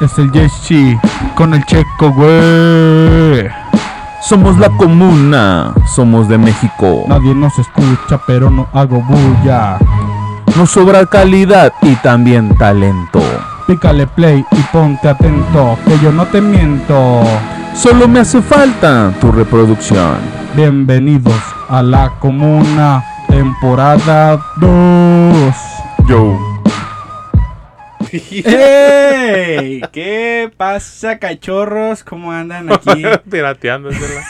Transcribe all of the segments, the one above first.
Es el Yeshi con el checo, güey. Somos la comuna, somos de México. Nadie nos escucha, pero no hago bulla. Nos sobra calidad y también talento. Pícale play y ponte atento, que yo no te miento. Solo me hace falta tu reproducción. Bienvenidos a la comuna, temporada 2. Yo. ¡Ey! ¿Qué pasa, cachorros? ¿Cómo andan aquí? Pirateando, es verdad.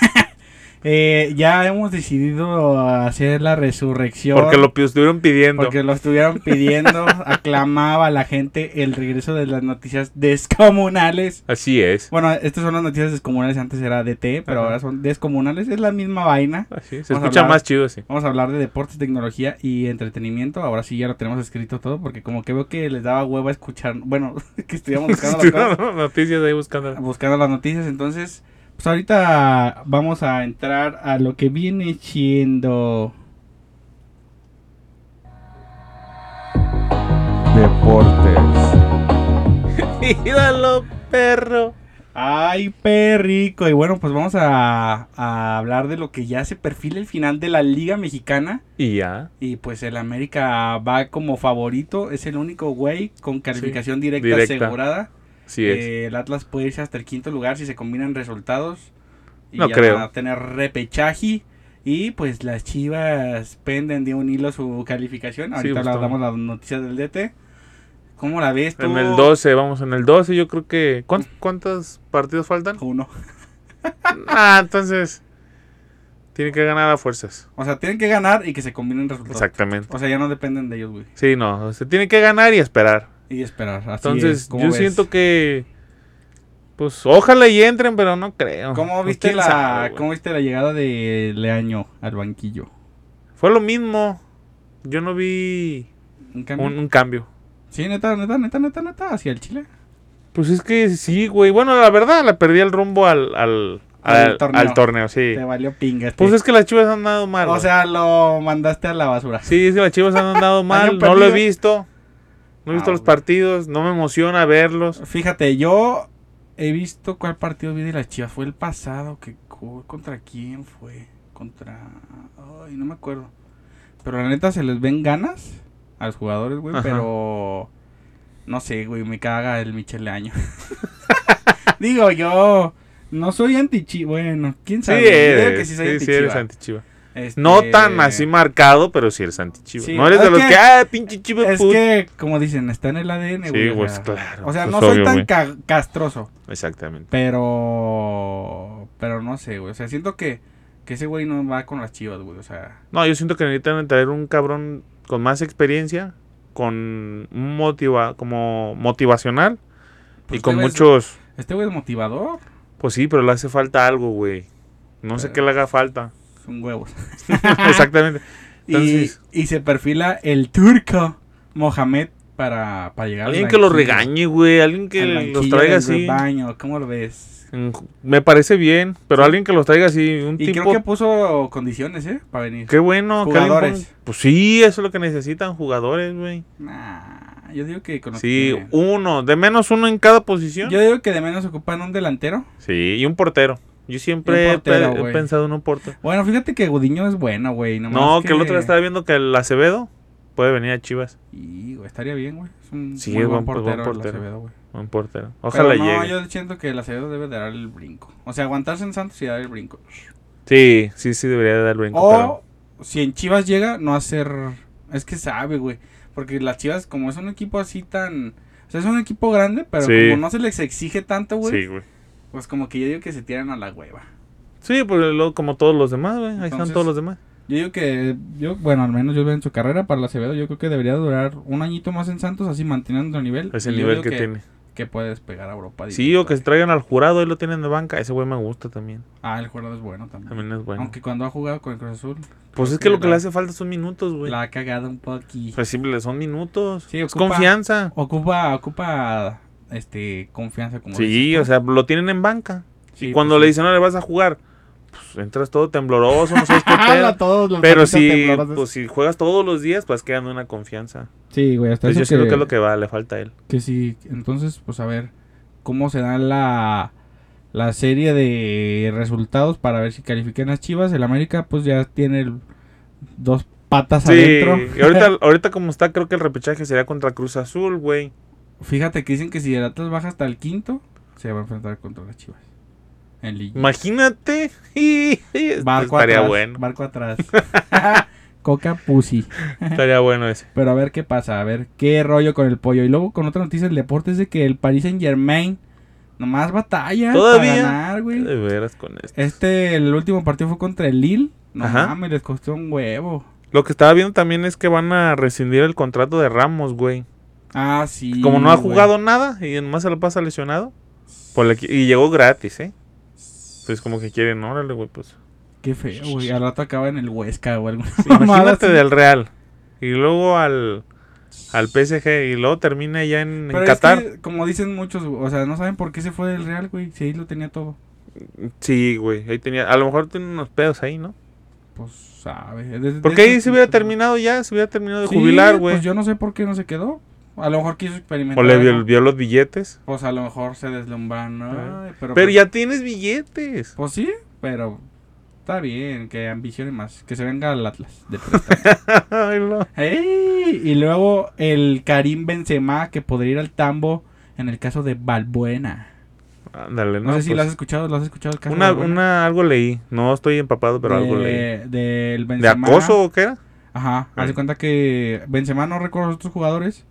Eh, ya hemos decidido hacer la resurrección. Porque lo pi- estuvieron pidiendo. porque lo estuvieron pidiendo. aclamaba la gente el regreso de las noticias descomunales. Así es. Bueno, estas son las noticias descomunales. Antes era DT, Ajá. pero ahora son descomunales. Es la misma vaina. Así es. Se Vamos a escucha hablar. más chido, sí. Vamos a hablar de deportes, tecnología y entretenimiento. Ahora sí ya lo tenemos escrito todo. Porque como que veo que les daba hueva escuchar. Bueno, que estuviéramos buscando las cosas. Estuvieron noticias ahí buscando. buscando las noticias. Entonces, pues ahorita vamos a entrar a lo que viene siendo. Deportes. ¡Míralo, perro! ¡Ay, perrico! Y bueno, pues vamos a, a hablar de lo que ya se perfila el final de la Liga Mexicana. Y ya. Y pues el América va como favorito. Es el único güey con calificación directa, directa. asegurada. Así es. Eh, el Atlas puede irse hasta el quinto lugar si se combinan resultados. Y No ya creo. va a tener repechaje. Y pues las chivas penden de un hilo su calificación. Sí, Ahorita pues, le toma. damos las noticias del DT. ¿Cómo la ves tú? en el 12, vamos en el 12. Yo creo que. ¿cuán- ¿Cuántos partidos faltan? Uno. Ah, entonces. Tienen que ganar a fuerzas. O sea, tienen que ganar y que se combinen resultados. Exactamente. O sea, ya no dependen de ellos, güey. Sí, no. Se tiene que ganar y esperar. Y esperar. Así Entonces, es. yo ¿Cómo ves? siento que. Pues ojalá y entren, pero no creo. ¿Cómo Pues, viste, quién la, sabe, güey. ¿Cómo viste la llegada de Leaño al banquillo? Fue lo mismo. Yo no vi ¿Un cambio? un, un cambio. Sí, neta, neta, neta, neta, neta, hacia el Chile. Pues es que sí, güey. Bueno, la verdad, le perdí el rumbo al, al, Al al- torneo. al torneo, sí. Te valió pinga. Pues este. es que las chivas han andado mal. O güey. sea, lo mandaste a la basura. sí, es que las chivas han andado mal. Año no lo he perdido. visto. No he Ah, visto los güey. partidos. No me emociona verlos. Fíjate, yo he visto cuál partido vi de las Chivas. Fue el pasado que jugó- contra quién fue. Contra. Ay, no me acuerdo. Pero la neta se les ven ganas a los jugadores, güey. Ajá. Pero. No sé, güey. Me caga el Michele Año. Digo, yo. No soy anti Bueno, quién Sí, sabe. Yo creo que eres. Sí, sí soy sí antichiva. eres antichiva. No Este, tan así marcado, pero sí eres antichiva. Sí. No eres Es de los que- que, ah, pinche chiva Es puta". que, como dicen, está en el ADN, Sí, güey. o pues, sea, claro, O sea, pues, no soy obvio, tan güey. ca- castroso. Exactamente. Pero. Pero no sé, güey. O sea, siento que, que ese güey no va con las chivas, güey. O sea. No, yo siento que necesitan traer un cabrón con más experiencia, con un motiva, como motivacional pues, y con este güey es- muchos. Este güey es motivador. Pues sí, pero le hace falta algo, güey. No sé Pero- qué le haga falta. Son huevos. Exactamente. pues, Y, Entonces- y se perfila el turco Mohamed para, para llegar al Alguien que los banquillo. regañe, güey. Alguien Al que los banquillo traiga del así. rebaño, ¿Cómo lo ves? Mm, Me parece bien, pero alguien que los traiga así. Un Y creo tipo. que puso condiciones, ¿eh? Para venir. Qué bueno. que alguien Jugadores. ponga- Pues sí, eso es lo que necesitan, jugadores, güey. Nah, yo digo que con los Sí, que- uno. De menos uno en cada posición. Yo digo que de menos ocupan un delantero. Sí, y un portero. Yo siempre Y un he portero, pe- he, güey. pensado en un portero. Bueno, fíjate que Gudiño es bueno, güey. nomás No, que el otro día estaba viendo que el Acevedo puede venir a Chivas. Y, güey, estaría bien, güey. Es un Sí, muy es buen- buen portero, buen el portero. Acevedo, güey. Un portero. Ojalá Pero no, llegue. yo siento que el Acevedo debe de dar el brinco. O sea, aguantarse en Santos y dar el brinco. Sí, sí, sí, debería de dar brinco. O si en Chivas llega, no hacer... Es que sabe, güey. Porque las Chivas, como es un equipo así tan... O sea, es un equipo grande, pero Sí. como no se les exige tanto, pero- güey. Sí, güey. Pues como que yo digo que se tiran a la hueva. Sí, pues luego como todos los demás, güey. Ahí están Entonces- todos los demás. Yo digo que, yo, bueno, al menos yo veo en su carrera para el Acevedo, yo creo que debería durar un añito más en Santos, así manteniendo el nivel. Es Y el yo nivel digo que, tiene. que puede despegar a Europa. Sí, o que se directo. traigan al jurado, ahí lo tienen de banca. Ese güey me gusta también. Ah, el jugador es bueno también. También es bueno. Aunque cuando ha jugado con el Cruz Azul, pues es que lo que le hace falta son minutos, güey. la ha cagado un poquito. Pues simple, son minutos. Sí, es ocupa- confianza. Ocupa, ocupa, este, confianza como Sí, dices, o sea, lo tienen en banca. ¿no? y Sí, cuando pues le sí. dicen, no le vas a jugar, pues entras todo tembloroso, no sabes qué Ah, Habla pedo. todos los Pero patitas si, temblorosas. pues, si juegas todos los días, pues quedan una confianza. Sí, güey, hasta Entonces pues yo creo eso que, que es lo que va, le falta a él. que sí. Entonces, pues a ver, cómo se da la, la serie de resultados para ver si califican las Chivas. El América pues ya tiene el- dos patas Sí, adentro. y ahorita, ahorita como está, creo que el repechaje sería contra Cruz Azul, güey. Fíjate que dicen que si el Atlas baja hasta el quinto, se va a enfrentar contra las Chivas. En liga. Imagínate. Barco Mm, estaría atrás, bueno. barco atrás. Coca Pussy. Estaría bueno ese. Pero a ver qué pasa, a ver qué rollo con el pollo. Y luego con otra noticia del deporte es de que el Paris Saint Germain nomás batalla Todavía. para ganar, güey. De veras con esto. Este, el último partido fue contra el Lille. No Ajá. mames, les costó un huevo. Lo que estaba viendo también es que van a rescindir el contrato de Ramos, güey. Ah, sí. Como no ha güey. jugado nada y nomás se lo pasa lesionado. por la que- y llegó gratis, ¿eh? Entonces como que quieren, órale, güey, pues. Qué feo, güey. Al rato acaba en el Huesca o algo. Imagínate del Real. Y luego al, al PSG. Y luego termina ya en, en Pero es Qatar. que, como dicen muchos, o sea, no saben por qué se fue del Real, güey. Si ahí lo tenía todo. Sí, güey. Ahí tenía, a lo mejor tiene unos pedos ahí, ¿no? Pues sabe. es de- Porque de- ahí se hubiera terminado ya, se hubiera terminado de Sí, jubilar, güey. Pues yo no sé por qué no se quedó. A lo mejor quiso o experimentar. le vio, algo. vio los billetes. Pues a lo mejor se deslumbraron. ¿no? Ay, Pero, Pero pues- ya tienes billetes. Pues sí, pero está bien, que ambicione más. Que se venga al Atlas. de préstamo. Ay, no. ¡Ey! Y luego el Karim Benzema que podría ir al tambo en el caso de Balbuena. Ándale, No, no. sé si lo pues, has escuchado, lo has escuchado el caso una, de Balbuena? una, algo leí. No estoy empapado, pero de, algo leí. Del ¿De Benzema. acoso Ah. o qué era? Ajá. Haz de cuenta que Benzema, no recuerdo los otros jugadores,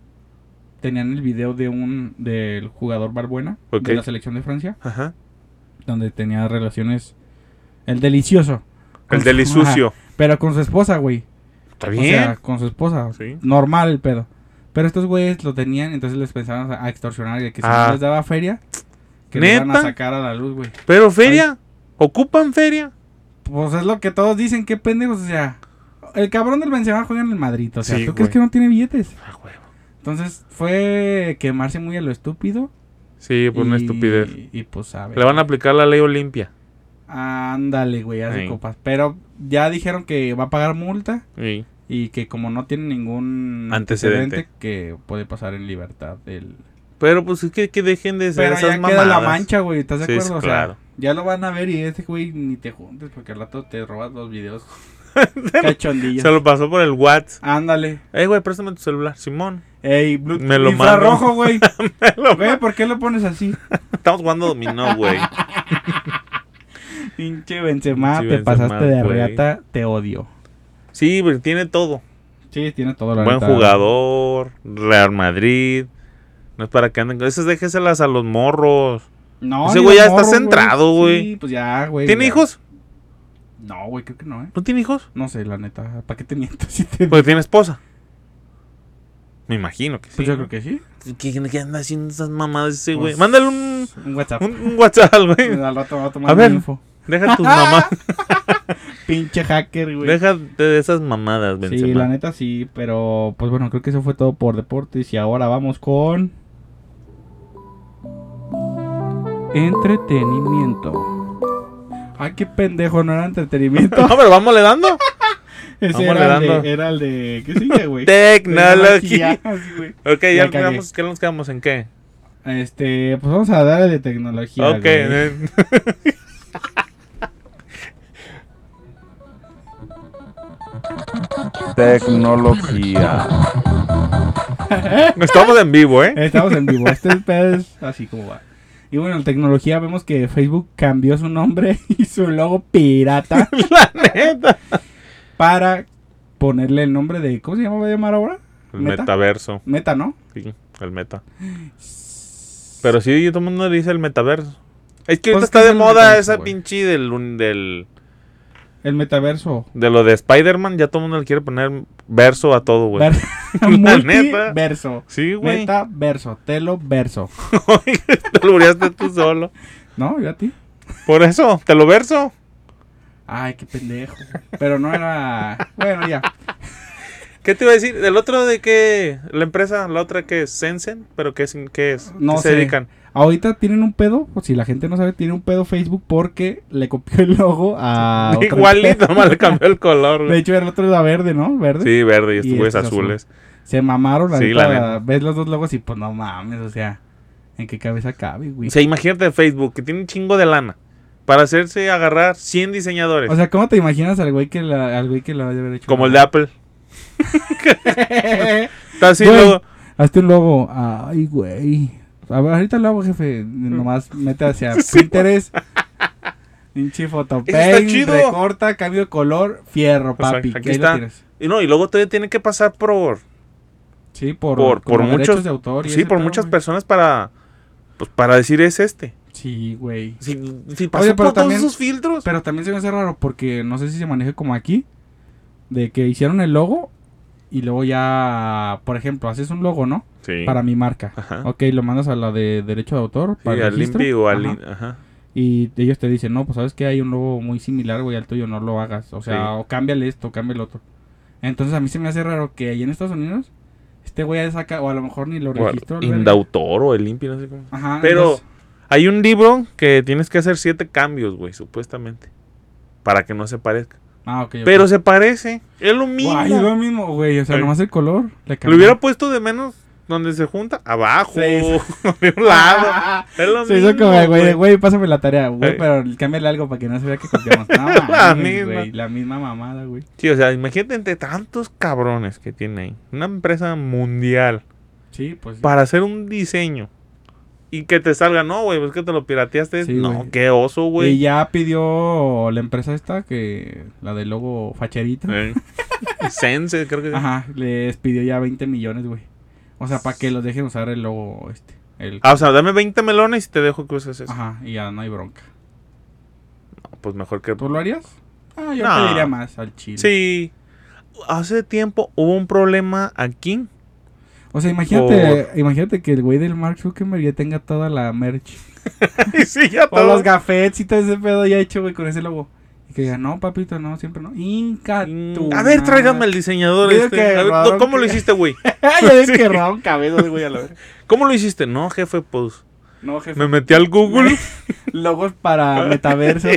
tenían el video de un del jugador Balbuena Ok. de la selección de Francia. Ajá. donde tenía relaciones el delicioso. Con El su- del sucio. Ajá, Pero con su esposa, güey. Está O bien. sea, con su esposa. Sí. Normal el pedo. Pero estos güeyes lo tenían, entonces les pensaban a a extorsionar y que si Ah. no les daba feria, que les iban a ¿Neta? sacar a la luz, güey. Pero feria. ¿Ocupan feria? Pues es lo que todos dicen, qué pendejos, o sea, el cabrón del Benzema juega en el Madrid, o sea, Sí, ¿tú crees güey. que no tiene billetes? Ah, huevo. Entonces fue quemarse muy a lo estúpido. Sí, por una y- estupidez. Y pues a ver. Le van a aplicar la ley Olimpia. Ándale, güey, hace Ey. copas. Pero ya dijeron que va a pagar multa Sí. y que como no tiene ningún Antecedente. que puede pasar en libertad el... Pero pues es que, que dejen de ser Pero esas ya queda la mamadas. mancha, güey, ¿estás de Sí, acuerdo? sí, O sea, claro. ya lo van a ver y ese güey ni te juntes porque al rato te robas los videos cachondillos. Se lo pasó por el WhatsApp. Ándale. Ey, Eh, güey, préstame tu celular, Simón. Ey, Bluetooth Me lo infrarrojo, güey. Lo- Güey, ¿por qué lo pones así? Estamos jugando dominó, güey. Pinche Benzema, Pinche te pasaste Benzema, de güey. reata, te odio. Sí, pero tiene todo. Sí, tiene todo la Buen neta. jugador, Real Madrid. No es para que anden. Esas déjeselas a los morros. No, Ese ni güey de ya está morro, centrado, güey. Sí, pues ya, güey. ¿Tiene ya. hijos? No, güey, creo que no, ¿eh? ¿No tiene hijos? No sé, la neta. ¿Para qué te miento si te Porque tiene esposa. Me imagino que sí. Pues yo creo que sí. ¿Qué, qué anda haciendo esas mamadas ese güey? Pues- Mándale un, Un WhatsApp. un, un WhatsApp, al güey. Al rato va a tomar A ver. info. Deja tus mamás. Pinche hacker, güey. Déjate de esas mamadas, Sí, Benzema. la neta sí, pero pues bueno, creo que eso fue todo por deportes y ahora vamos con entretenimiento. Ay, qué pendejo, no era entretenimiento. No, pero vamos le dando. Ese Vámonos era el, dando. de, era el de ¿qué sigue, güey? Tecnología. Tecnología, güey. Ok, Ya ya cagué. quedamos, ¿qué nos quedamos en qué? Este, pues vamos a darle de tecnología. ok. güey. eh. Tecnología. Estamos en vivo, ¿eh? Estamos en vivo. Este pedo es así como va. Y bueno, en tecnología vemos que Facebook cambió su nombre y su logo pirata La neta. para ponerle el nombre de. ¿Cómo se llama? ¿Va a llamar ahora? El ¿Meta? metaverso. Meta, ¿no? Sí, el meta. Pero sí, yo todo el mundo le dice el metaverso. Es que ahorita Pues está que de es el moda metaverso, esa güey. pinche del, un- del. El metaverso. De lo de Spider-Man. Ya todo el mundo le quiere poner verso a todo, güey. Ver- neta. Multiverso. Sí, güey. Metaverso. Teloverso. Te lo bureaste tú solo. ¿No? ¿Yo a ti? Por eso, te lo verso. Ay, qué pendejo. Pero no era. Bueno, ya. ¿Qué te iba a decir? ¿El otro de qué? La empresa, la otra que es Sensen, pero ¿qué es? ¿Qué es? No ¿Qué sé. se dedican? Ahorita tienen un pedo, o si la gente no sabe, tiene un pedo Facebook porque le copió el logo a. otra Igualito, empresa. nomás le cambió el color, De güey. hecho, el otro era verde, ¿no? Verde. Sí, verde y Y estos güeyes este es azul. azules. Se mamaron, la Sí, la neta, neta. Ves los dos logos y pues no mames, o sea. ¿En qué cabeza cabe, güey? O sea, imagínate Facebook, que tiene un chingo de lana. Para hacerse agarrar 100 diseñadores. O sea, ¿cómo te imaginas al güey que la, al güey que la haya haber hecho? pues. como el de Apple. Está así, Güey. luego, Hazte un logo. Ay, güey. A ver, ahorita lo hago, jefe. Nomás mete hacia Pinterest. Pinche Eso fotopaint. está chido. Recorta, cambio de color. Fierro, Pues papi. aquí que ahí lo está. tienes. Y no, y luego todavía tiene que pasar por. Sí, por, Por- como por muchos- derechos de autor. y Sí, ese por pedo, muchas güey. personas para. Pues para decir es este. Sí, güey. Si, si pasó Oye, pero por todos también- esos filtros. Pero también se me hace raro porque no sé si se maneje como aquí. De que hicieron el logo y luego ya, por ejemplo, haces un logo, ¿no? sí. Para mi marca. Ajá. Ok, lo mandas a la de derecho de autor. Sí, para el al registro. Limpi o al. Ajá. In- Ajá. Y ellos te dicen, no, pues sabes que hay un logo muy similar, güey, al tuyo, no lo hagas. O sea, Sí. o cámbiale esto, cámbiale otro. Entonces a mí se me hace raro que ahí en Estados Unidos, este güey ya saca, o a lo mejor ni lo O al registró. la verga. Indautor o el Limpi, no sé cómo. Ajá, Pero- entonces, Hay un libro que tienes que hacer siete cambios, güey, supuestamente. Para que no se parezca. ah, ok, ok. Pero se parece. Es lo mismo. Guay, es lo mismo, güey, o sea, Ay. nomás el color. Le Lo cambió. hubiera puesto de menos donde se junta. Abajo. Sí. de un lado. Es lo Se mismo. hizo como, de, güey, güey. de, güey, pásame la tarea, güey, Ay. pero cámbiale algo para que no se vea que copiamos. No, La mames, misma. güey, la misma mamada, güey. Sí, o sea, imagínate entre tantos cabrones que tiene ahí. Una empresa mundial. Sí, pues. Para hacer un diseño. Y que te salga, no, güey, es que te lo pirateaste. Sí, no, güey. qué oso, Y güey. ya pidió la empresa esta, que la del logo facherita. Eh. Sense, creo que sí. Ajá, les pidió ya 20 millones, güey. O sea, para que los dejen usar el logo este. El... Ah, o sea, dame 20 melones y te dejo que uses eso. Ajá, y ya no hay bronca. Pues mejor que ¿Tú lo harías? Ah, yo No. pediría más al chile. Sí. Hace tiempo hubo un problema aquí. O sea, imagínate, imagínate que el güey del Mark Zuckerberg ya tenga toda la merch. y sí, ya Todos los todos. gafetes y todo ese pedo ya hecho, güey, con ese logo. Y que diga, no, papito, no, siempre no. Inca tu Mm, A ver, madre. tráigame el diseñador. Digo este. que A ver, Rodolfo- ¿Cómo lo hiciste, güey? ya ves Sí. que Raúl cabezas, güey, a la verga. ¿Cómo lo hiciste? No, jefe, pues No, jefe. me metí al Google. Logos para metaverso.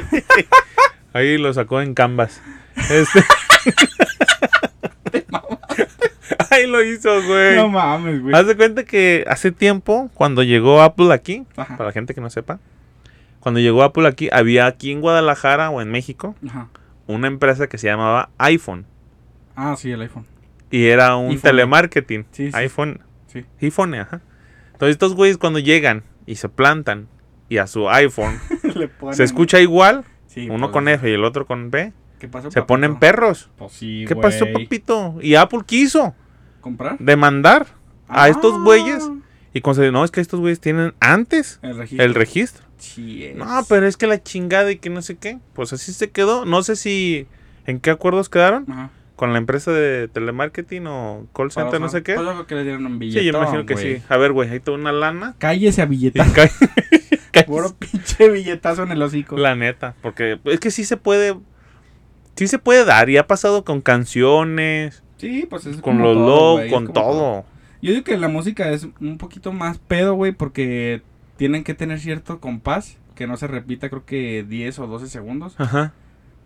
Ahí lo sacó en Canvas. Este. Ahí lo hizo, güey. no mames, güey. Haz de cuenta que hace tiempo, cuando llegó Apple aquí, Ajá. Ah, para la gente que no sepa, cuando llegó Apple aquí, había aquí en Guadalajara o en México Ajá. una empresa que se llamaba iPhone. Ah, sí, el iPhone. Y era un iPhone. telemarketing. Sí, sí. iPhone. Sí. iPhone, ajá. Entonces estos güeyes cuando llegan y se plantan y a su iPhone Le ponen- se escucha igual, Sí, uno pues, con F y el otro con P, ¿Qué pasó, se papito? ponen perros. Pues sí, ¿Qué güey. pasó, papito? Y Apple quiso ¿Comprar? demandar a Ah, estos güeyes y concedió, no, es que estos güeyes tienen antes El registro. el registro. Chies. No, pero es que la chingada y que no sé qué. Pues así se quedó. No sé si en qué acuerdos quedaron Ajá. con la empresa de telemarketing o call Para center, no usar- sé qué. Pues yo creo que le dieron un billete. Sí, yo imagino que sí. A ver, güey, ahí te doy una lana. Cállese a Y billetazo. cae- caes. Puro pinche billetazo en el hocico. la neta, porque es que sí se puede. Sí se puede dar y ha pasado con canciones, Sí, pues es con como los todo, logos, güey, es con como todo. Yo digo que la música es un poquito más pedo, güey, porque tienen que tener cierto compás que no se repita, creo que 10 o 12 segundos. Ajá.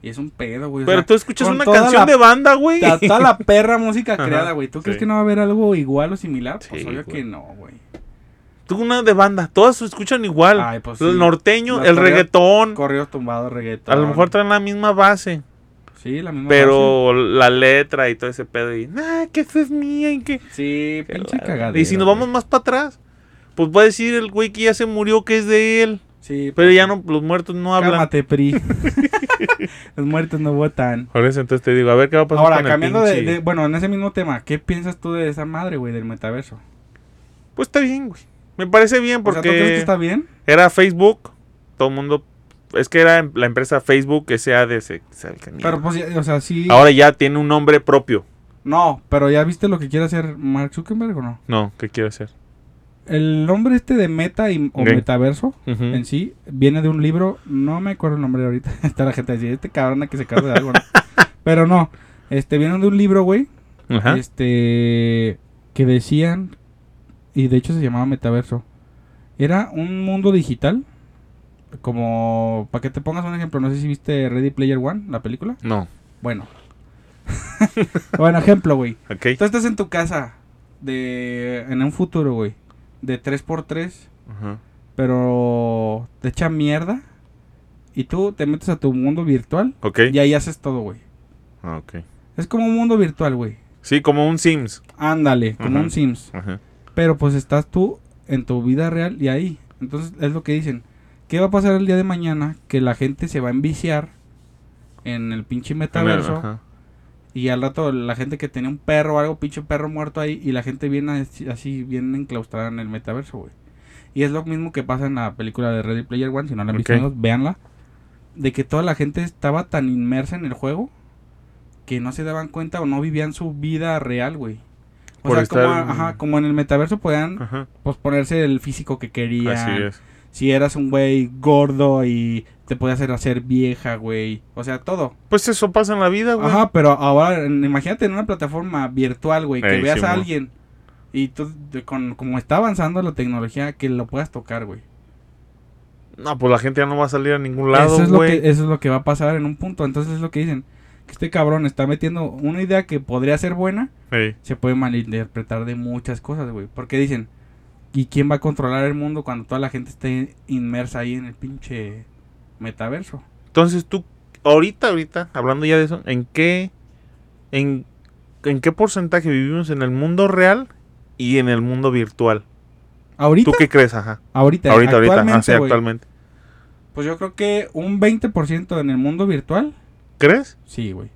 Y es un pedo, güey. o Pero sea, tú escuchas Pues con una toda canción la- de banda, güey. Ta- Toda la perra música Ajá, creada, güey. ¿Tú crees sí. que no va a haber algo igual o similar? Pues Sí, obvio güey. que no, güey. Tú una de banda, todas se escuchan igual. Ay, pues sí. El norteño, La el correa- reggaetón. Correos tumbados, reggaetón. A lo mejor traen la misma base, Sí, la misma pero la letra y todo ese pedo. Y, nah, que esa es mía y que. base. Sí, pinche Claro. cagadera. Y si nos güey. vamos más para atrás, pues va a decir el güey que ya se murió que es de él. Sí, Pero pues ya sí. no, los muertos no hablan. Cálmate, PRI. Los muertos no votan. Por eso entonces te digo, a ver qué va a pasar Ahora, Pues con el cambiando de, pinche- de- Bueno, en ese mismo tema, ¿qué piensas tú de esa madre, güey, del metaverso? Pues está bien, güey. Me parece bien O sea, ¿tú porque crees que está bien? era Facebook, todo el mundo... Es que era la empresa Facebook SADC. sabe qué mierda. Pero, pues, ya- o sea, sí. Ahora ya tiene un nombre propio. No, pero ¿ya viste lo que quiere hacer Mark Zuckerberg o no? No, ¿qué quiero hacer? El nombre este de Meta y, o Ok. Metaverso Ujú. en sí viene de un libro, no me acuerdo el nombre ahorita, está la gente así, este cabrón a que se carga de algo, ¿no?". pero no, este viene de un libro, güey, Ajá. este que decían y de hecho se llamaba Metaverso. Era un mundo digital como para que te pongas un ejemplo, no sé si viste Ready Player One, la película. No, Bueno. bueno, ejemplo, güey. ok. Tú estás en tu casa de en un futuro, güey. de 3x3, Ajá. pero te echa mierda. Y tú te metes a tu mundo virtual Ok. y ahí haces todo, güey. Ah, ok. Es como un mundo virtual, güey. Sí, como un Sims. Ándale, como Ujú. un Sims. Ajá. Pero pues estás tú en tu vida real y ahí. Entonces es lo que dicen. ¿Qué va a pasar el día de mañana? Que la gente se va a enviciar en el pinche metaverso. Ajá. Y al rato la gente que tenía un perro o algo, pinche perro muerto ahí, y la gente viene así, así, bien enclaustrada en el metaverso, güey. Y es lo mismo que pasa en la película de Ready Player One, si no la han visto, Ok. amigos, véanla. De que toda la gente estaba tan inmersa en el juego que no se daban cuenta o no vivían su vida real, güey. O Por sea, como, estar- ajá, como en el metaverso podían Ajá. pues, ponerse el físico que querían. Así es. Si eras un güey gordo y te podías hacer hacer vieja, güey. O sea, todo. Pues eso pasa en la vida, güey. Ajá, pero ahora en- imagínate en una plataforma virtual, güey, que Ey, veas a Simón. alguien y tú, de- con, como está avanzando la tecnología, que lo puedas tocar, güey. No, pues la gente ya no va a salir a ningún lado, Eso, es lo que- güey. eso es lo que va a pasar en un punto. Entonces es lo que dicen, que este cabrón está metiendo una idea que podría ser buena, Ey, se puede malinterpretar de muchas cosas, güey. Porque dicen, ¿y quién va a controlar el mundo cuando toda la gente esté inmersa ahí en el pinche metaverso? Entonces tú, ahorita, ahorita, hablando ya de eso, ¿en qué, en, en qué porcentaje vivimos en el mundo real y en el mundo virtual? Ahorita, ¿Tú qué crees? Ajá. ahorita, Ahorita, ahorita, ajá, sí, güey. actualmente. Pues yo creo que un 20% en el mundo virtual ¿Crees? Sí, güey.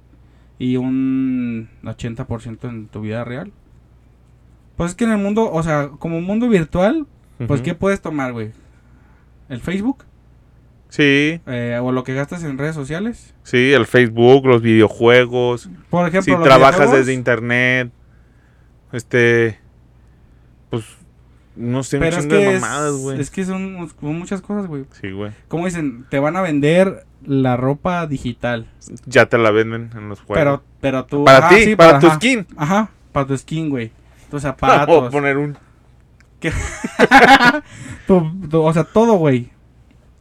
Y un 80% en tu vida real. Pues es que en el mundo, o sea, como mundo virtual, pues Ujú. ¿qué puedes tomar, güey? ¿El Facebook? Sí, Eh, ¿O lo que gastas en redes sociales? sí, el Facebook, los videojuegos, Por ejemplo, si los trabajas videojuegos, desde internet, este, pues, no sé, un Pero es chingo de que, es, mamadas, güey. es que son, son muchas cosas, güey. Sí, güey. Como dicen, te van a vender la ropa digital. Ya te la venden en los juegos. Pero, pero tú... para ajá, ti, sí, para, tu ajá, skin. Ajá, para tu skin, güey. Tus Vamos a zapatos. poner un tu- tu- o sea, todo, güey.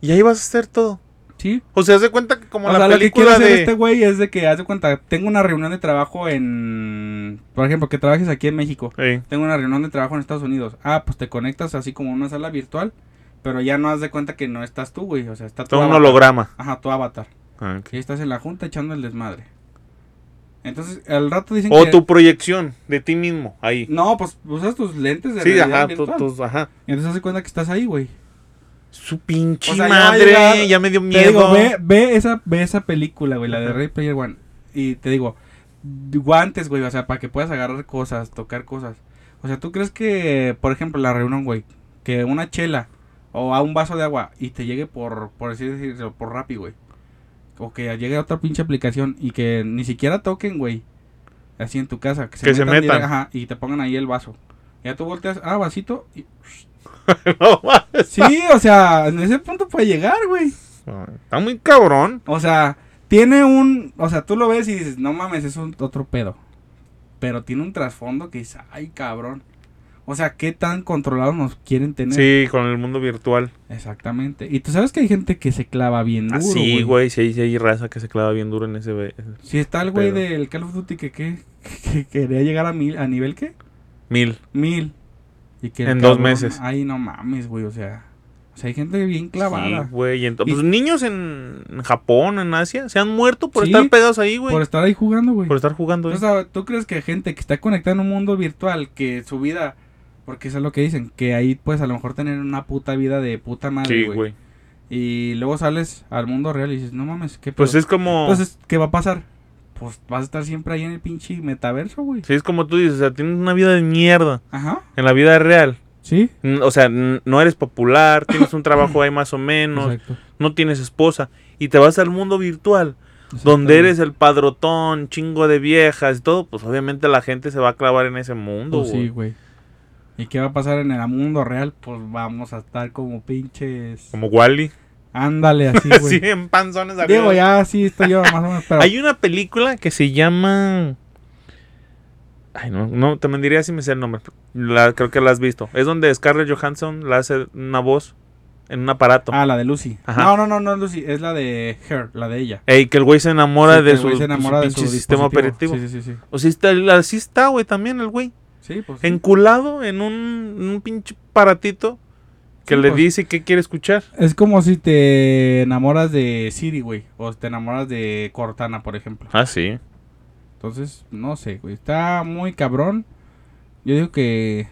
Y ahí vas a hacer todo. Sí, O sea, haz de cuenta que como O la sea, lo que quiere película hacer de... este güey es de que, haz de cuenta, tengo una reunión de trabajo en... Por ejemplo, que trabajes aquí en México. Ey, Tengo una reunión de trabajo en Estados Unidos. Ah, pues te conectas así como a una sala virtual, pero ya no haz de cuenta que no estás tú, güey. O sea, está tu todo un avatar. holograma. Ajá, tu avatar. Ah, ok. Y estás en la junta echando el desmadre. Entonces, al rato dicen O que... tu proyección de ti mismo, ahí. No, pues usas tus lentes de Sí, realidad ajá, tú- virtual. tú- ajá. Y entonces haz de cuenta que estás ahí, güey. Su pinche O sea, ya va a madre, ya, llegar- me dio Te digo, miedo. ve, ve esa, ve esa película, güey, la de Ajá. Ready Player One. Y te digo, guantes, güey, o sea, para que puedas agarrar cosas, tocar cosas. O sea, ¿tú crees que, por ejemplo, la reunión, güey, que una chela o a un vaso de agua y te llegue por, por así decirlo, por Rappi, güey? O que llegue a otra pinche aplicación y que ni siquiera toquen, güey. Así en tu casa. Que se metan. direct- ajá, y te pongan ahí el vaso. Ya tú volteas, ah, vasito. y- No mames. Sí, o sea, en ese punto puede llegar, güey. Está muy cabrón. O sea, tiene un. O sea, tú lo ves y dices, no mames, es un otro pedo. Pero tiene un trasfondo que dices, ay cabrón. O sea, qué tan controlados nos quieren tener. Sí, con el mundo virtual. Exactamente. Y tú sabes que hay gente que se clava bien duro. Así, güey. güey, Ah, sí, hay- sí hay raza que se clava bien duro en ese... ve- Si está el güey Pero- del Call of Duty que, ¿qué? que quería llegar a mil, a nivel qué? Mil. Mil. Y que el En dos meses. Ay, no mames, güey. O sea. O sea, hay gente bien Sí, clavada. güey. y ento- Y- Pues niños en en Japón, en Asia, se han muerto por Sí, estar pegados ahí, güey. por estar ahí jugando, güey. Por estar jugando. eh. ahí. Entonces, ah, ¿tú crees que gente que está conectada en un mundo virtual, que su vida, porque eso es lo que dicen, que ahí puedes a lo mejor tener una puta vida de puta Sí, madre, güey. güey. y luego sales al mundo real y dices, no mames, ¿qué Pues pedo?". es como... Entonces, ¿qué va a pasar? Pues vas a estar siempre ahí en el pinche metaverso, güey. Sí, es como tú dices, o sea, tienes una vida de mierda Ajá, en la vida real. sí. N- O sea, n- no eres popular, tienes un trabajo ahí más o menos, Exacto. no tienes esposa y te vas al mundo virtual, donde eres el padrotón, chingo de viejas y todo, pues obviamente la gente se va a clavar en ese mundo, Pues sí, güey. güey. ¿Y qué va a pasar en el mundo real? Pues vamos a estar como pinches. Como Wally, Ándale, así, así güey. en panzones arriba. Digo, ya sí estoy yo, más o menos. Pero... Hay una película que se llama Ay, no, no, te mentiría si me sé el nombre. La, creo que la has visto. Es donde Scarlett Johansson la hace una voz en un aparato. Ah, la de Lucy. Ajá. No, no, no, no es Lucy, es la de Her, la de ella. Ey, que el güey se enamora Sí, que de el su, güey se enamora de pinche su sistema dispositivo. operativo. Sí, sí, sí, sí. O sea, está, así está, güey, también el güey. Sí, pues. sí. enculado en un, en un pinche paratito que Sí, le pues. dice qué quiere escuchar. Es como si te enamoras de Siri, güey. O te enamoras de Cortana, por ejemplo. Ah, sí. Entonces, no sé, güey. Está muy cabrón. Yo digo que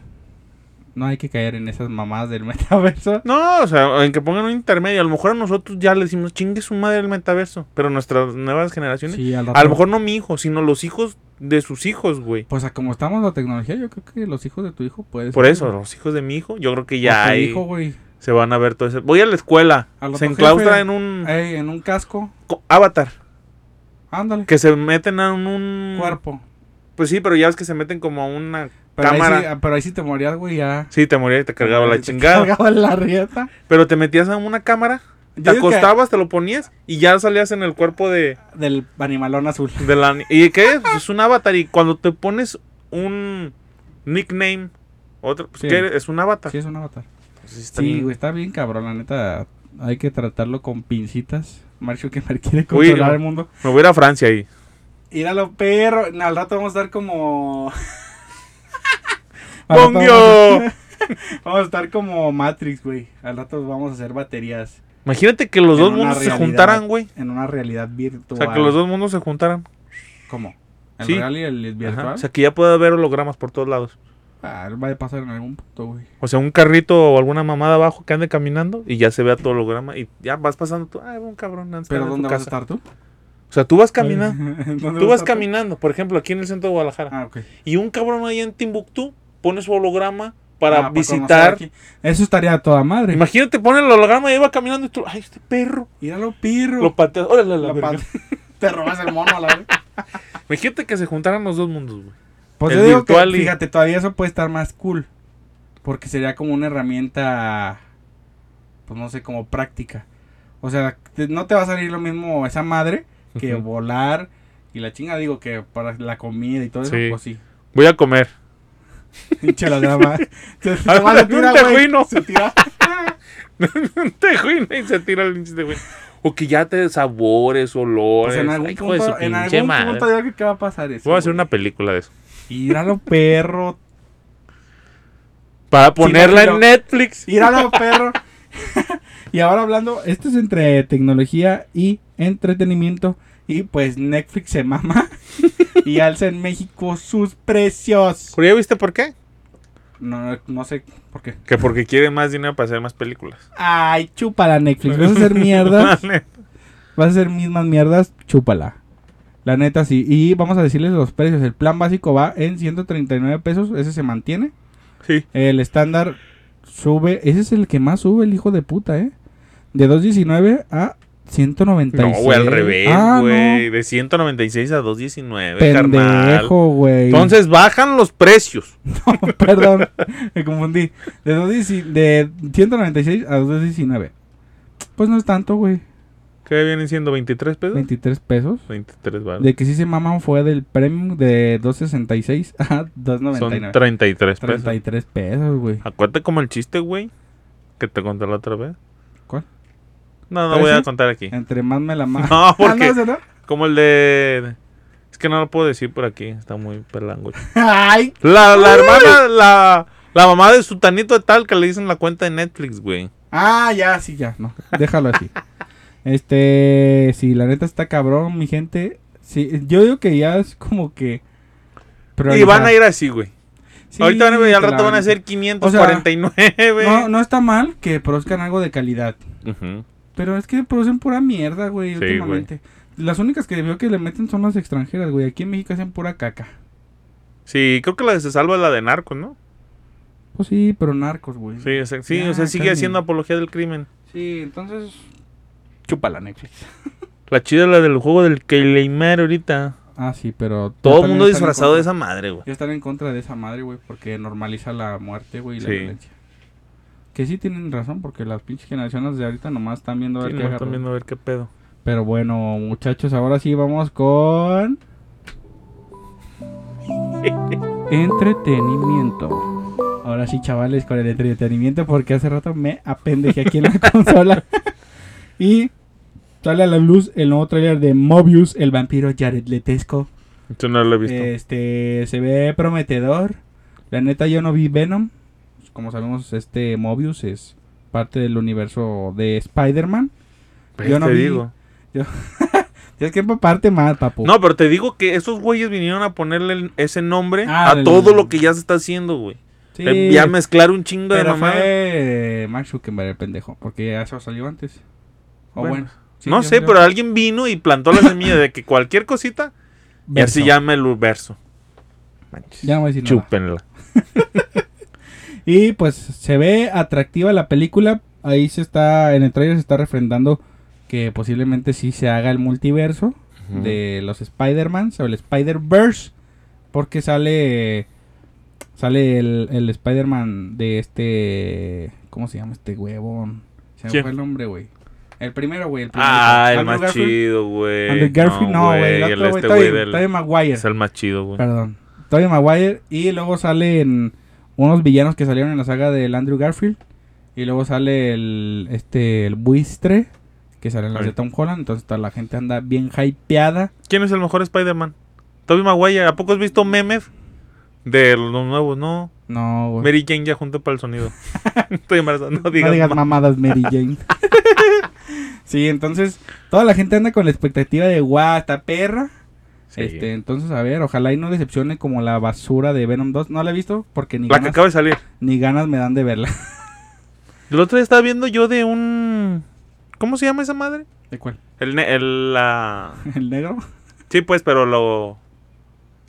no hay que caer en esas mamadas del metaverso. No, o sea, en que pongan un intermedio. A lo mejor a nosotros ya le decimos, chingue su madre el metaverso. Pero nuestras nuevas generaciones, Sí, al a rato- lo mejor no mi hijo, sino los hijos de sus hijos, güey. Pues a como estamos en la tecnología, yo creo que los hijos de tu hijo pueden... Por eso, los hijos de mi hijo, yo creo que ya ahí hijo, güey. se van a ver todo eso. Voy a la escuela, A lo se mejor enclaustra jefe- en un Ey, en un casco. co- avatar, Ándale. que se meten a un... Cuerpo. Pues sí, pero ya ves que se meten como a una Pero cámara. Ahí sí, ah, pero ahí sí te morías, güey, ya. Sí, te moría y te cargaba la Te chingada. Cargaba la rieta. Pero te metías a una cámara, te Yo digo que- acostabas, te lo ponías y ya salías en el cuerpo de, Del animalón azul. de la... ni- ¿Y qué es? Es un avatar y cuando te pones un nickname, otro, pues, Sí. ¿qué eres? Es un avatar. Sí, es un avatar. Pues, está Sí, bien. güey, está bien cabrón, la neta. Hay que tratarlo con pincitas. Marcio que me quiere Uy, controlar no. el mundo. Me voy a ir a Francia ahí. Ir a lo perro. Al rato vamos a estar como. Al rato ¡Pongo! Vamos, a estar como Matrix, güey. Al rato vamos a hacer baterías Imagínate que los En dos una mundos realidad. se juntaran, güey. en una realidad virtual. O sea, que los dos mundos se juntaran. ¿Cómo? ¿El Sí. real y el virtual? Ajá. O sea, que ya puede haber hologramas por todos lados. Ah, va a pasar en algún punto, güey. O sea, un carrito o alguna mamada abajo que ande caminando y ya se vea todo holograma y ya vas pasando tú. Ay, un cabrón. anda ¿Pero en tu dónde vas a casa". estar tú? O sea, tú vas caminando. ¿Dónde Tú a vas estar caminando, por ejemplo, aquí en el centro de Guadalajara. Ah, ok. Y un cabrón ahí en Timbuktu pone su holograma Ah, para conocer visitar. aquí. Eso estaría a toda madre. Imagínate, pone el holograma y va caminando y tú, ay, este perro. Ir a lo pirro. Lo pateas. Órale, a la La verga. pat- Te robas el mono a la verga. Imagínate que se juntaran los dos mundos, güey. Pues El yo digo virtual que, y- fíjate, todavía eso puede estar más cool. Porque sería como una herramienta, pues no sé, como práctica. O sea, te- no te va a salir lo mismo esa madre que Ujú. volar y la chinga, digo que para la comida y todo eso, Sí. pues sí. Voy a comer. Pinche la grama. Se, se Ah, va, se un tira, tejuino. güey. Se tira. Un tejuino y se tira el pinche tejuino. O que ya te sabores, O olores. sea, Pues en Pues, Ay, algún hijo de su punto, en pinche algún madre. punto yo creo que va a pasar eso. Voy a hacer güey. una película de eso. Ir a lo perro. Para ponerla no, en no. Netflix. Ir a lo perro. y ahora hablando, esto es entre tecnología y entretenimiento. Y pues Netflix se mama y alza en México sus precios. ¿Ya viste por qué? No, no sé por qué. Que porque quiere más dinero para hacer más películas. Ay, chúpala Netflix. Vas a hacer mierdas. Vale. Vas a hacer mismas mierdas. Chúpala. La neta sí. Y vamos a decirles los precios. El plan básico va en 139 pesos. Ese se mantiene. Sí. El estándar sube, ese es el que más sube el hijo de puta, ¿eh? De 2.19 a 196. No, güey, al revés, Ah, no, güey. De 196 a 219, carnal. Pendejo, güey. Entonces bajan los precios. Perdón, me confundí. De, 2.19 de 196 a 2.19. Pues no es tanto, güey. ¿Qué vienen siendo? ¿23 pesos? 23 pesos. 23 baros. De que sí se maman fue del premium de 2.66 a Son 2.99. 33 pesos. 33 pesos, güey. Acuérdate como el chiste, güey, que te conté la otra vez. ¿Cuál? Ah. No, no ¿Pero voy a ese? contar aquí. Entre más me la maman. No, porque- ¿ese no? Como el de... Es que no lo puedo decir por aquí, está muy pelango. Ay, La, la hermana, la, la mamá de su tanito de tal que le dicen la cuenta de Netflix, güey. Ah, ya, sí, ya, no. Déjalo así. este, sí, la neta está cabrón, mi gente. Sí, yo digo que ya es como que. Y van a priorizar. ir así, güey. Sí, Ahorita van a ver, y al te rato la van a ser O sea, 549. No, no está mal que produzcan algo de calidad. Ujú. Pero es que producen pura mierda, güey, Sí, últimamente. Las únicas que veo que le meten son las extranjeras, güey. Aquí en México hacen pura caca. Sí, creo que la que se salva es la de narcos, ¿no? Pues sí, pero narcos, güey. Sí, o sea, sí, Ya, o sea sigue cambia. haciendo apología del crimen. Sí, entonces. Chupa la Netflix. La chida es la del juego del Keileimar ahorita. Ah, sí, pero. Todo ya el mundo también están en disfrazado de contra. esa madre, güey. Yo estar en contra de esa madre, güey, porque normaliza la muerte, güey, y la Sí. violencia. Que sí tienen razón, porque las pinches generaciones de ahorita nomás están viendo a Sí, ver qué no, agarran. también a ver qué pedo. Pero bueno, muchachos, ahora sí vamos con... entretenimiento. Ahora sí, chavales, con el entretenimiento, porque hace rato me apendejé aquí en la consola. y sale a la luz el nuevo tráiler de Mobius, el vampiro Jared Letesco. Eh, Yo no lo he visto. Este, se ve prometedor. La neta yo no vi Venom. Como sabemos, este Mobius es parte del universo de Spider-Man. Pues Yo no te vi. digo. Tienes que empaparte más, papu. No, pero te digo que esos güeyes vinieron a ponerle el- ese nombre Ah, a del- todo lo que ya se está haciendo, güey. Sí, Eh, Ya mezclar un chingo de pero mamá. fue eh, Mark Zuckerberg el pendejo, porque ya se salió antes. O bueno. Bueno, sí, no ya sé, salió. pero alguien vino y plantó la semilla de que cualquier cosita, y así Verso. llama el verso. Manches. Ya no voy a decir nada. Chúpenla. Y pues se ve atractiva la película. Ahí se está, en el trailer se está refrendando que posiblemente sí se haga el multiverso Ujú. de los Spider-Man o el Spider-Verse. Porque sale. Sale el, el Spider-Man de este. ¿Cómo se llama este huevón? Se me ¿Quién? fue el nombre, güey. El primero, güey. El primero. Ah, el Andrew más Garfield. chido, güey. Andrew Garfield, no, güey. el El otro, güey. este Tobey- güey del- Tobey Maguire. Es el más chido, güey. Perdón. Tobey Maguire. Y luego salen unos villanos que salieron en la saga del Andrew Garfield. Y luego sale el, este, el buistre. Que sale en la Ay. de Tom Holland. Entonces toda la gente anda bien hypeada. ¿Quién es el mejor Spider-Man? Toby Maguire. ¿A poco has visto memes de los nuevos? No. No, güey. Mary Jane ya junta para el sonido. Estoy embarazada. No No digas, digas ma- mamadas, Mary Jane. sí, entonces toda la gente anda con la expectativa de guau, esta perra. Sí. Este, entonces, a ver, ojalá y no decepcione como la basura de Venom 2. No la he visto porque ni, La que ganas, acaba de salir. ni ganas me dan de verla. El otro día estaba viendo yo de un... ¿Cómo se llama esa madre? ¿De cuál? El... ne- el la... ¿El negro? Sí, pues, pero lo...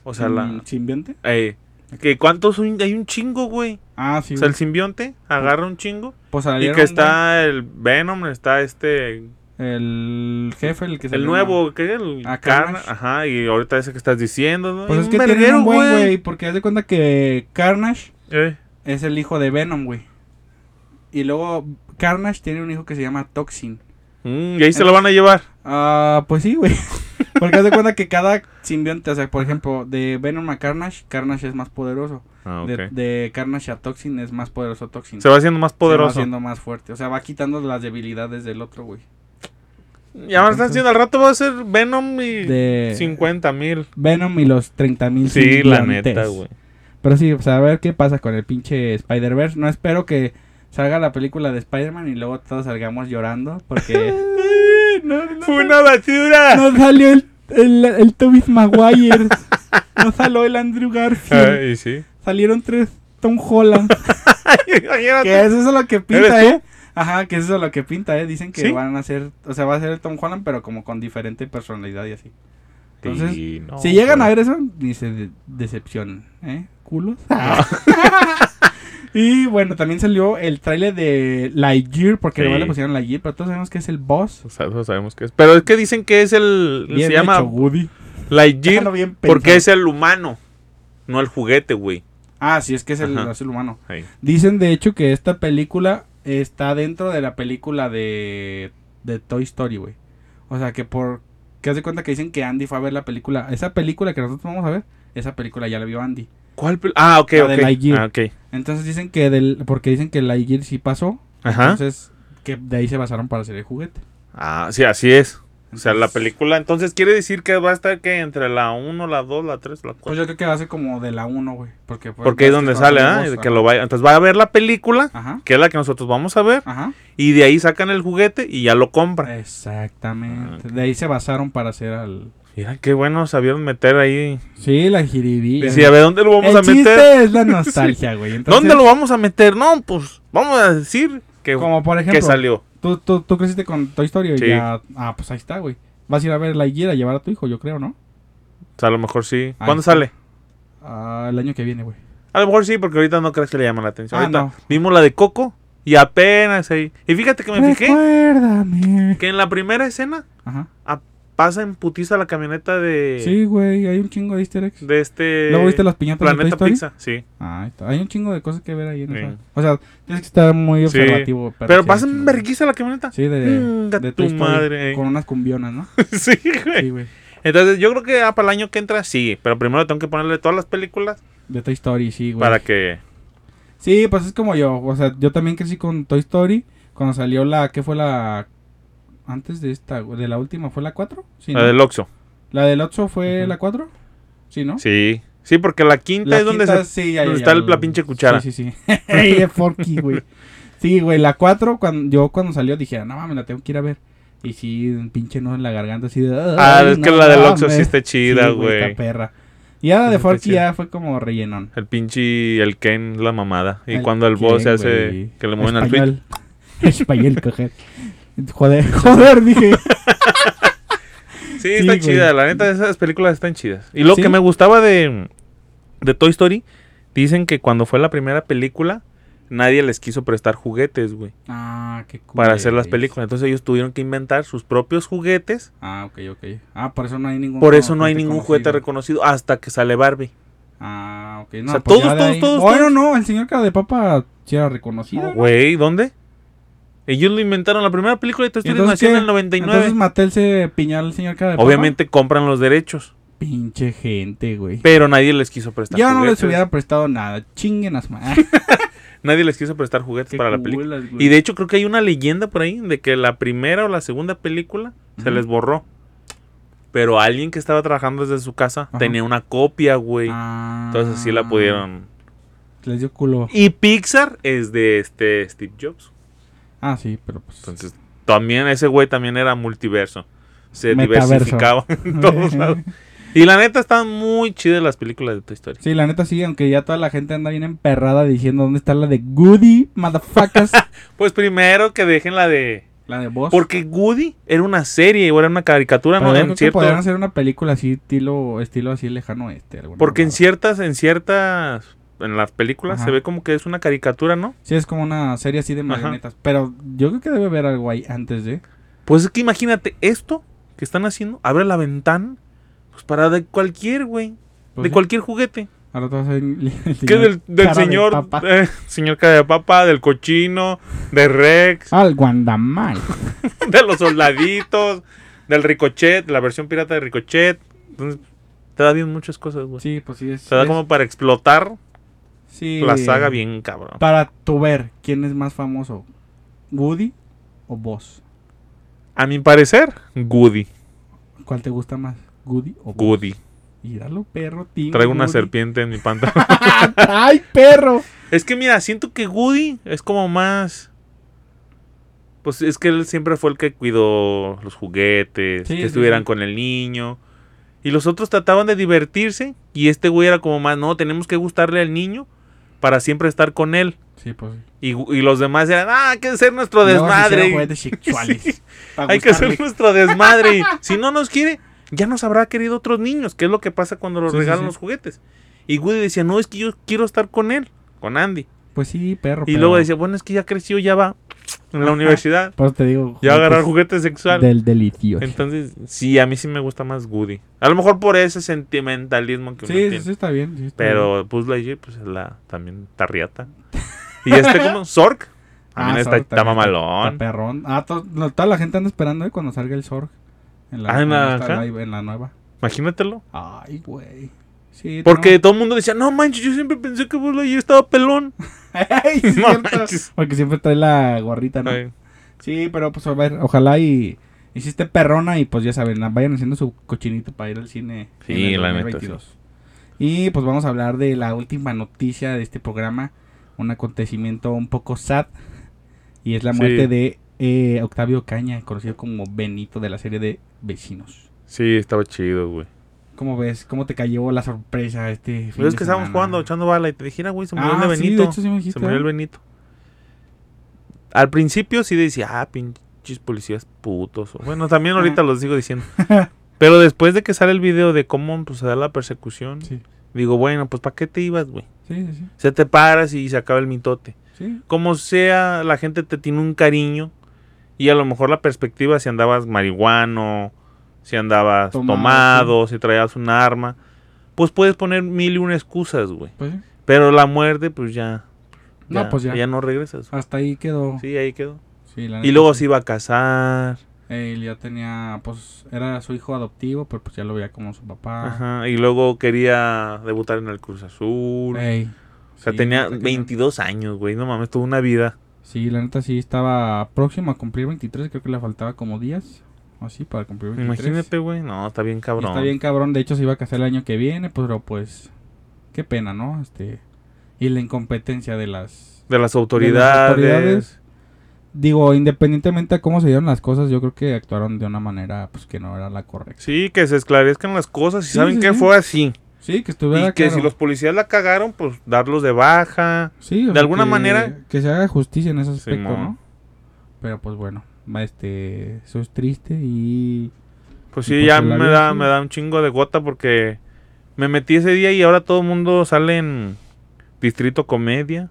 O sea, ¿El la... simbionte? Eh, que cuántos un- hay un chingo, güey. Ah, sí. O sea, el güey. simbionte agarra un chingo. Pues Y salieron, que está el Venom, está este... güey, El jefe, el que El salió, nuevo, ¿qué? El Ah, Carnage. Carnage. Ajá, y ahorita ese que estás diciendo, ¿no? ¿no? Pues Y es que tienen verguero, un buen, güey. Porque haz de cuenta que Carnage Eh, es el hijo de Venom, güey. Y luego Carnage tiene un hijo que se llama Toxin. mm, y ahí se lo van a llevar. Ah, pues sí, güey. Porque haz de cuenta que cada simbionte, o sea, por ejemplo, de Venom a Carnage, Carnage es más poderoso. Ah, De- ok. De, Carnage a Toxin es más poderoso Toxin. Se va haciendo más Se va poderoso. haciendo más fuerte. O sea, va quitando las debilidades del otro, güey. Y ahora están Entonces- haciendo al rato va a ser Venom y De 50 mil. Venom y los 30.000 mil Sí, la neta, güey. Pero sí, pues a ver qué pasa con el pinche Spider-Verse. No espero que salga la película de Spider-Man y luego todos salgamos llorando porque ¡Fue una basura! no salió el, el, el Tobey Maguire, no salió el Andrew Garfield, Ay, Ah, sí. salieron tres Tom Holland. que Imagínate. eso es lo que pinta, ¿eh? Ajá, que eso es lo que pinta, ¿eh? Dicen que ¿Sí? van a ser, o sea, va a ser el Tom Holland, pero como con diferente personalidad y así. Entonces, Sí, no, si llegan a güey. ver eso, ni se de- decepcionen, ¿eh? Culos. Ah. y bueno, también salió el tráiler de Lightyear, porque Sí. luego le pusieron Lightyear, pero todos sabemos que es el boss. O sea, no sabemos qué es. Pero es que dicen que es el. Bien se llama hecho, Woody. Déjalo Lightyear. bien Porque pensado. es el humano. No el juguete, güey. Ah, sí, es que es el, Ajá. es el humano. Ahí. Dicen, de hecho, que esta película está dentro de la película de, de Toy Story, güey. O sea, que por... Que hace cuenta que dicen que Andy fue a ver la película. Esa película que nosotros vamos a ver, esa película ya la vio Andy. ¿Cuál? pel- Ah, ok, La ok. de Lightyear. Ah, ok. Entonces dicen que del... Porque dicen que Lightyear sí pasó. Ajá. Entonces, que de ahí se basaron para hacer el juguete. Ah, sí, así es. O sea, la Entonces, película. Entonces quiere decir que va a estar que entre la 1, la 2, la 3, la 4. Pues yo creo que va a ser como de la 1, güey. Porque, pues, Porque es ves donde que sale, cuando ¿ah? vos- Que lo vaya. Entonces va a ver la película, Ajá, que es la que nosotros vamos a ver, ajá. y de ahí sacan el juguete y ya lo compran. Exactamente. Ah, De ahí se basaron para hacer al... Mira, qué bueno sabieron meter ahí. Sí, la jiribilla. Decía, a ver, ¿dónde lo vamos el a chiste meter? es la nostalgia, güey. Entonces, ¿Dónde lo vamos a meter? No, pues vamos a decir que, Como por que ejemplo, salió. tú, tú, tú creciste con Toy Story y Sí. ya... Ah, pues ahí está, güey. Vas a ir a ver la higuera, a llevar a tu hijo, yo creo, ¿no? O sea, a lo mejor sí. Ahí ¿Cuándo está. sale? Ah, el año que viene, güey. A lo mejor sí, porque ahorita no crees que le llama la atención. Ah, Ahorita no. vimos la de Coco y apenas ahí. Y fíjate que me fijé Recuérdame. que en la primera escena Ajá. pasa en putiza la camioneta de, Sí, güey, hay un chingo de easter eggs. de este ¿Luego viste las piñatas de Toy Planeta Story? Pizza. Sí. Ah, ahí está. Hay un chingo de cosas que ver ahí en Sí. esa. O sea, tienes que estar muy Sí. observativo. Pero, Pero sí, pasa hay un en chingo. verguiza la camioneta. Sí, de, Chinga de tu Toy Story, madre, eh. Con unas cumbionas, ¿no? sí, güey. Sí, güey. Entonces yo creo que ah, para el año que entra sí, pero primero tengo que ponerle todas las películas De Toy Story, sí, güey. para que... Sí, pues es como yo. O sea, yo también crecí con Toy Story. Cuando salió la. ¿Qué fue la.? Antes de esta, güey, de la última, ¿fue la 4? Sí, La ¿no? del Oxxo. ¿La del 8 fue Ujú. la 4? Sí, ¿no? Sí, Sí, porque la quinta La es donde, quinta, se- sí, ya, ya, donde ya. está el- la pinche cuchara. Sí, sí, sí. Ey, es Forky, güey. Sí, güey, la 4, cuando, yo cuando salió dije, no mames, la tengo que ir a ver. Y sí, un pinche nudo en la garganta así de... Ah, "Ay, es que no la del Oxxo sí mames". está chida, Sí, güey. está perra. Y ya la de Está Forky chida. ya fue como rellenón. el pinche, el Ken, la mamada. Y El cuando el boss se Ken, hace güey. que le mueven al Twitch. Español. Español, coger. Joder, joder, dije. Sí, está Sí, güey. chida, la neta, esas películas están chidas. Y lo Sí. que me gustaba de, de Toy Story, dicen que cuando fue la primera película, nadie les quiso prestar juguetes, güey, Ah, qué cool. para hacer las películas. Entonces ellos tuvieron que inventar sus propios juguetes. Ah, ok, ok. Ah, por eso no hay ningún Por eso no hay ningún juguete reconocido. reconocido hasta que sale Barbie. Ah, ok. No, O sea, pues todos, ya de todos, ahí- todos, Bueno, todos. no, el señor cara de papa sí era reconocido. ¿no? Güey, ¿dónde? Ellos lo inventaron. La primera película de Toy Story Entonces, nació en ¿qué? el 99. Entonces Mattel se piñó al señor cara de papa. Obviamente compran los derechos, Pinche gente, güey. pero nadie les quiso prestar Ya no juguetes. les hubiera prestado nada. Chinguen a su madre. Nadie les quiso prestar juguetes Qué para la película. culas, güey. Y de hecho creo que hay una leyenda por ahí de que la primera o la segunda película se Ujú. les borró. Pero alguien que estaba trabajando desde su casa Ajá. tenía una copia, güey. Ah, Entonces sí la pudieron. Les dio culo. Y Pixar es de este Steve Jobs. Ah, sí, pero pues. Entonces también ese güey también era multiverso. Se Metaverso. diversificaba en todos lados. Y la neta están muy chidas las películas de Toy Story. Sí, la neta sí, aunque ya toda la gente anda bien emperrada diciendo dónde está la de Goody, motherfuckers. Pues primero que dejen la de la de vos. porque Woody era una serie o era una caricatura, Pero no yo era creo que cierto. podrían hacer una película así, estilo, estilo así lejano este. alguna Porque en mamada. ciertas, en ciertas, en las películas Ajá. se ve como que es una caricatura, ¿no? Sí, es como una serie así de marionetas. Pero yo creo que debe haber algo ahí antes de. Pues es que imagínate esto que están haciendo, abre la ventana, pues para de cualquier, güey, Pues de sí. cualquier juguete. Ahora te vas a ver el- el que señor del, del cara de señor, papa. eh, señor cara de papa, del cochino, de Rex, Ah. Al Guandamay. de los soldaditos, del ricochet, la versión pirata de ricochet. Entonces, te da bien muchas cosas, güey. Sí, pues sí, es. te da es- como para explotar sí, la saga bien cabrón. Para tu ver, ¿quién es más famoso? ¿Woody o vos? A mi parecer, Goody, ¿Cuál te gusta más? ¿Woody o vos? Goody. Míralo, perro, tío. Traigo una Woody. serpiente en mi pantalón. ¡Ay, perro! Es que mira, siento que Woody es como más. Pues es que él siempre fue el que cuidó los juguetes, Sí, sí, que estuvieran sí. con el niño. Y los otros trataban de divertirse. Y este güey era como más, no, tenemos que gustarle al niño para siempre estar con él. Sí, pues. Y, y los demás eran, ah, hay que hacer nuestro Luego se hicieron desmadre. juguetes sexuales. para Hay que gustarle. hacer nuestro desmadre. Y si no nos quiere, ya nos habrá querido otros niños, que es lo que pasa cuando los Sí, sí, regalan sí. los juguetes. Y Woody decía, no, es que yo quiero estar con él, con Andy. Pues sí, perro. Y pero- luego decía, bueno, es que ya creció, ya va en la universidad. Por eso te digo. Ya va a pues, agarrar juguetes juguete sexual. Del delicioso. Entonces, sí, a mí sí me gusta más Woody. A lo mejor por ese sentimentalismo que Sí, uno sí, tiene. sí, está bien. sí, está bien. Pero Buzz Lightyear, pues es la también tarriata. Y este como Zork. También Ah, está, Zorg está también mamalón. está perrón. Ah, to- no, toda la gente anda esperando eh, cuando salga el Zorg. En Ah, en la- en esta ajá. live, en la nueva. Imagínatelo. Ay, güey. Sí, Porque todo el mundo decía, no manches, yo siempre pensé que Buzz Lightyear estaba pelón. tenemos- Ey, sí, es No cierto. manches. Porque siempre trae la gorrita, ¿no? Ay, Sí, pero pues a ver, ojalá y hiciste perrona y pues ya saben, vayan haciendo su cochinito para ir al cine. Sí, en el la neta, 2022. Y pues vamos a hablar de la última noticia de este programa, un acontecimiento un poco sad y es la Sí. muerte de eh, Octavio Caña, conocido como Benito de la serie de Vecinos. Sí, estaba chido, güey. ¿Cómo ves? ¿Cómo te cayó la sorpresa este fin Pero Pues es de que estábamos semana? jugando, echando bala y te dije, ah, güey, se murió Ah, el de sí, Benito. de hecho sí me Se dijiste, murió el ¿verdad? Benito. Al principio sí decía, ah, pinches policías putos. o- Bueno, también Ah. ahorita los sigo diciendo. Pero después de que sale el video de cómo pues, se da la persecución, Sí, digo, bueno, pues ¿para qué te ibas, güey? sí, sí. sí. Se te paras y se acaba el mitote. sí. Como sea, la gente te tiene un cariño. Y a lo mejor la perspectiva, si andabas marihuano, si andabas Tomado, tomado, si traías un arma, pues puedes poner mil y una excusas, güey. Pues sí. Pero la muerte, pues ya. No, pues ya. no regresas. Hasta ahí quedó. Sí, ahí quedó. Sí, la Y neta, luego Ah, sí. se iba a casar. Él ya tenía, pues, era su hijo adoptivo, pero pues ya lo veía como su papá. Ajá. Y luego quería debutar en el Cruz Azul. Ey, o sea, Eh, sí, tenía está cañón. 22 años, güey. No mames, toda una vida. Sí, la neta sí, estaba próximo a cumplir 23, creo que le faltaba como días, o así, para cumplir 23. Imagínate, güey. No, está bien Y cabrón. Está bien cabrón, de hecho se iba a casar el año que viene, pero pues Qué pena, ¿no? Este, y la incompetencia de las... De las de autoridades. las autoridades. Digo, independientemente de cómo se dieron las cosas, yo creo que actuaron de una manera pues que no era la correcta. Sí, que se esclarezcan las cosas y Sí, saben sí, que sí. fue así. Sí, que Y estuviera que claro. si los policías la cagaron, pues darlos de baja. Sí, o de sea, alguna que- manera- Que se haga justicia en ese aspecto, Simón. ¿no? Pero pues bueno, va, este, eso es triste y... Pues Y sí, pues ya se la me vio da, así. me da un chingo de gota porque me metí ese día y ahora todo el mundo sale en Distrito Comedia.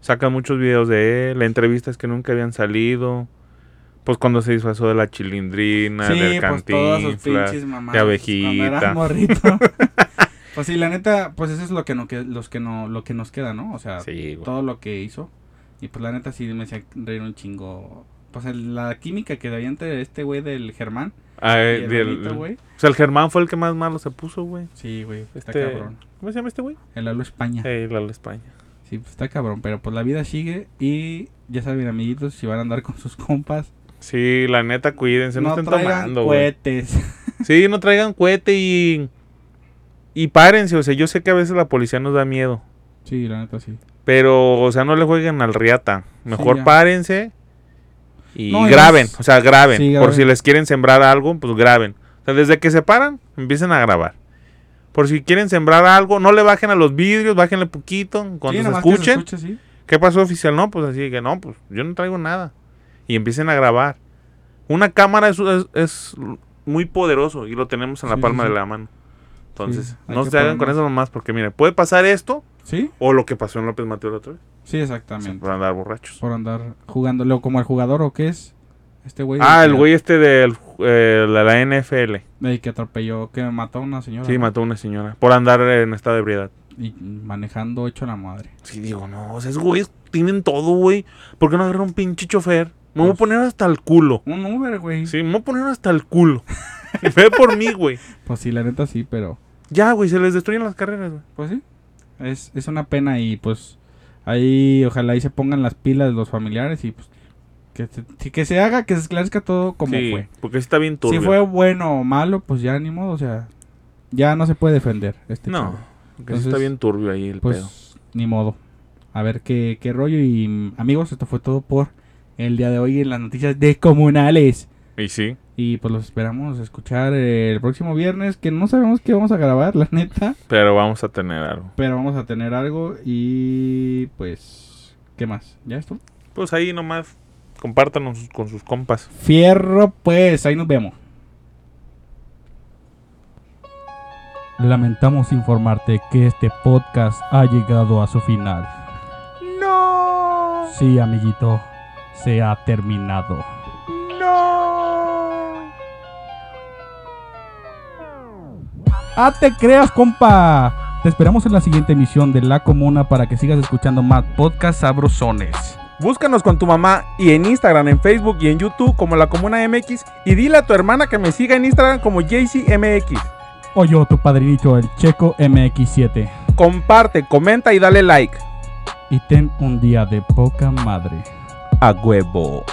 Sacan muchos videos de él, entrevistas que nunca habían salido. Pues cuando se disfrazó de la chilindrina, del pues, cantinflas. mamás. de abejita. morrito. pues sí, la neta, pues eso es lo que, no, que, los que, no, lo que nos queda, ¿no? O sea, Sí, güey. todo lo que hizo. Y pues la neta sí me hacía reír un chingo. Pues el- la química que había entre este güey del Germán Ah, y eh, el del- Benito, güey. o sea, el Germán fue el que más malo se puso, güey. Sí, güey, está Este- cabrón. ¿Cómo se llama este güey? El Lalo España. Eh, Lalo España. Sí, pues está cabrón, pero pues la vida sigue y ya saben, amiguitos, si van a andar con sus compas, Sí, la neta, cuídense, no, estén traigan tomando, güey. cohetes. Sí, no traigan cohete y. Y párense, o sea, yo sé que a veces la policía nos da miedo. Sí, la neta sí. Pero, o sea, no le jueguen al riata. Mejor ya. párense y No, y graben. más- O sea, graben. Sí, Por graben. si les quieren sembrar algo, pues graben. O sea, desde que se paran, empiecen a grabar. Por si quieren sembrar algo, no le bajen a los vidrios, bájenle poquito. Cuando Sí, se nomás que escuchen, escuche, sí. ¿Qué pasó, oficial? No, pues así que no, pues yo no traigo nada. Y empiecen a grabar. Una cámara es, es- es muy poderoso y lo tenemos en la Sí, sí, palma sí. de la mano. Entonces, Sí, hay no que se hagan con ponernos- eso nomás, porque mire, puede pasar esto Sí, o lo que pasó en López Mateo la otra vez. sí, O sea, exactamente. por andar borrachos. Por andar jugándolo como el jugador o qué es este güey. Ah, el que- güey este de la, la NFL. el que atropelló, que mató a una señora. Sí, ¿no? mató a una señora por andar en estado de ebriedad. Y manejando hecho la madre. Sí, digo, no, o sea, esos güeyes tienen todo, güey. ¿Por qué no agarran un pinche chofer? Me voy a Pues- poner hasta el culo. Un Uber, güey. Sí, me voy a poner hasta el culo. Y Ve por mí, güey. Pues sí, la neta sí, pero. Ya, güey, se les destruyen las carreras, güey. Pues sí. Es, es una pena y pues. Ahí, ojalá ahí se pongan las pilas los familiares y pues. Que se, sí, que se haga, que se esclarezca todo como Sí, fue. Porque sí está bien turbio. Si fue bueno o malo, pues ya ni modo, o sea. Ya no se puede defender este No, chavo. porque sí está Entonces, bien turbio ahí el Pues pedo. ni modo. A ver qué, qué rollo. Y mm, amigos, esto fue todo por el día de hoy en las noticias descomunales. Y sí. Y pues los esperamos escuchar eh, el próximo viernes, que no sabemos qué vamos a grabar, la neta. Pero vamos a tener algo. Pero vamos a tener algo y pues... ¿Qué más? ¿Ya esto? Pues ahí nomás compártanos con sus compas. Fierro, pues ahí nos vemos. Lamentamos informarte que este podcast ha llegado a su final. No. Sí, amiguito, se ha terminado. No. Ah, te creas, compa. Te esperamos en la siguiente emisión de La Comuna para que sigas escuchando más podcasts sabrosones. Búscanos con tu mamá y en Instagram, en Facebook y en YouTube como La Comuna MX y dile a tu hermana que me siga en Instagram como JCMX. O yo, tu padrinito, el Checo MX7. Comparte, comenta y dale like. Y ten un día de poca madre. A huevo.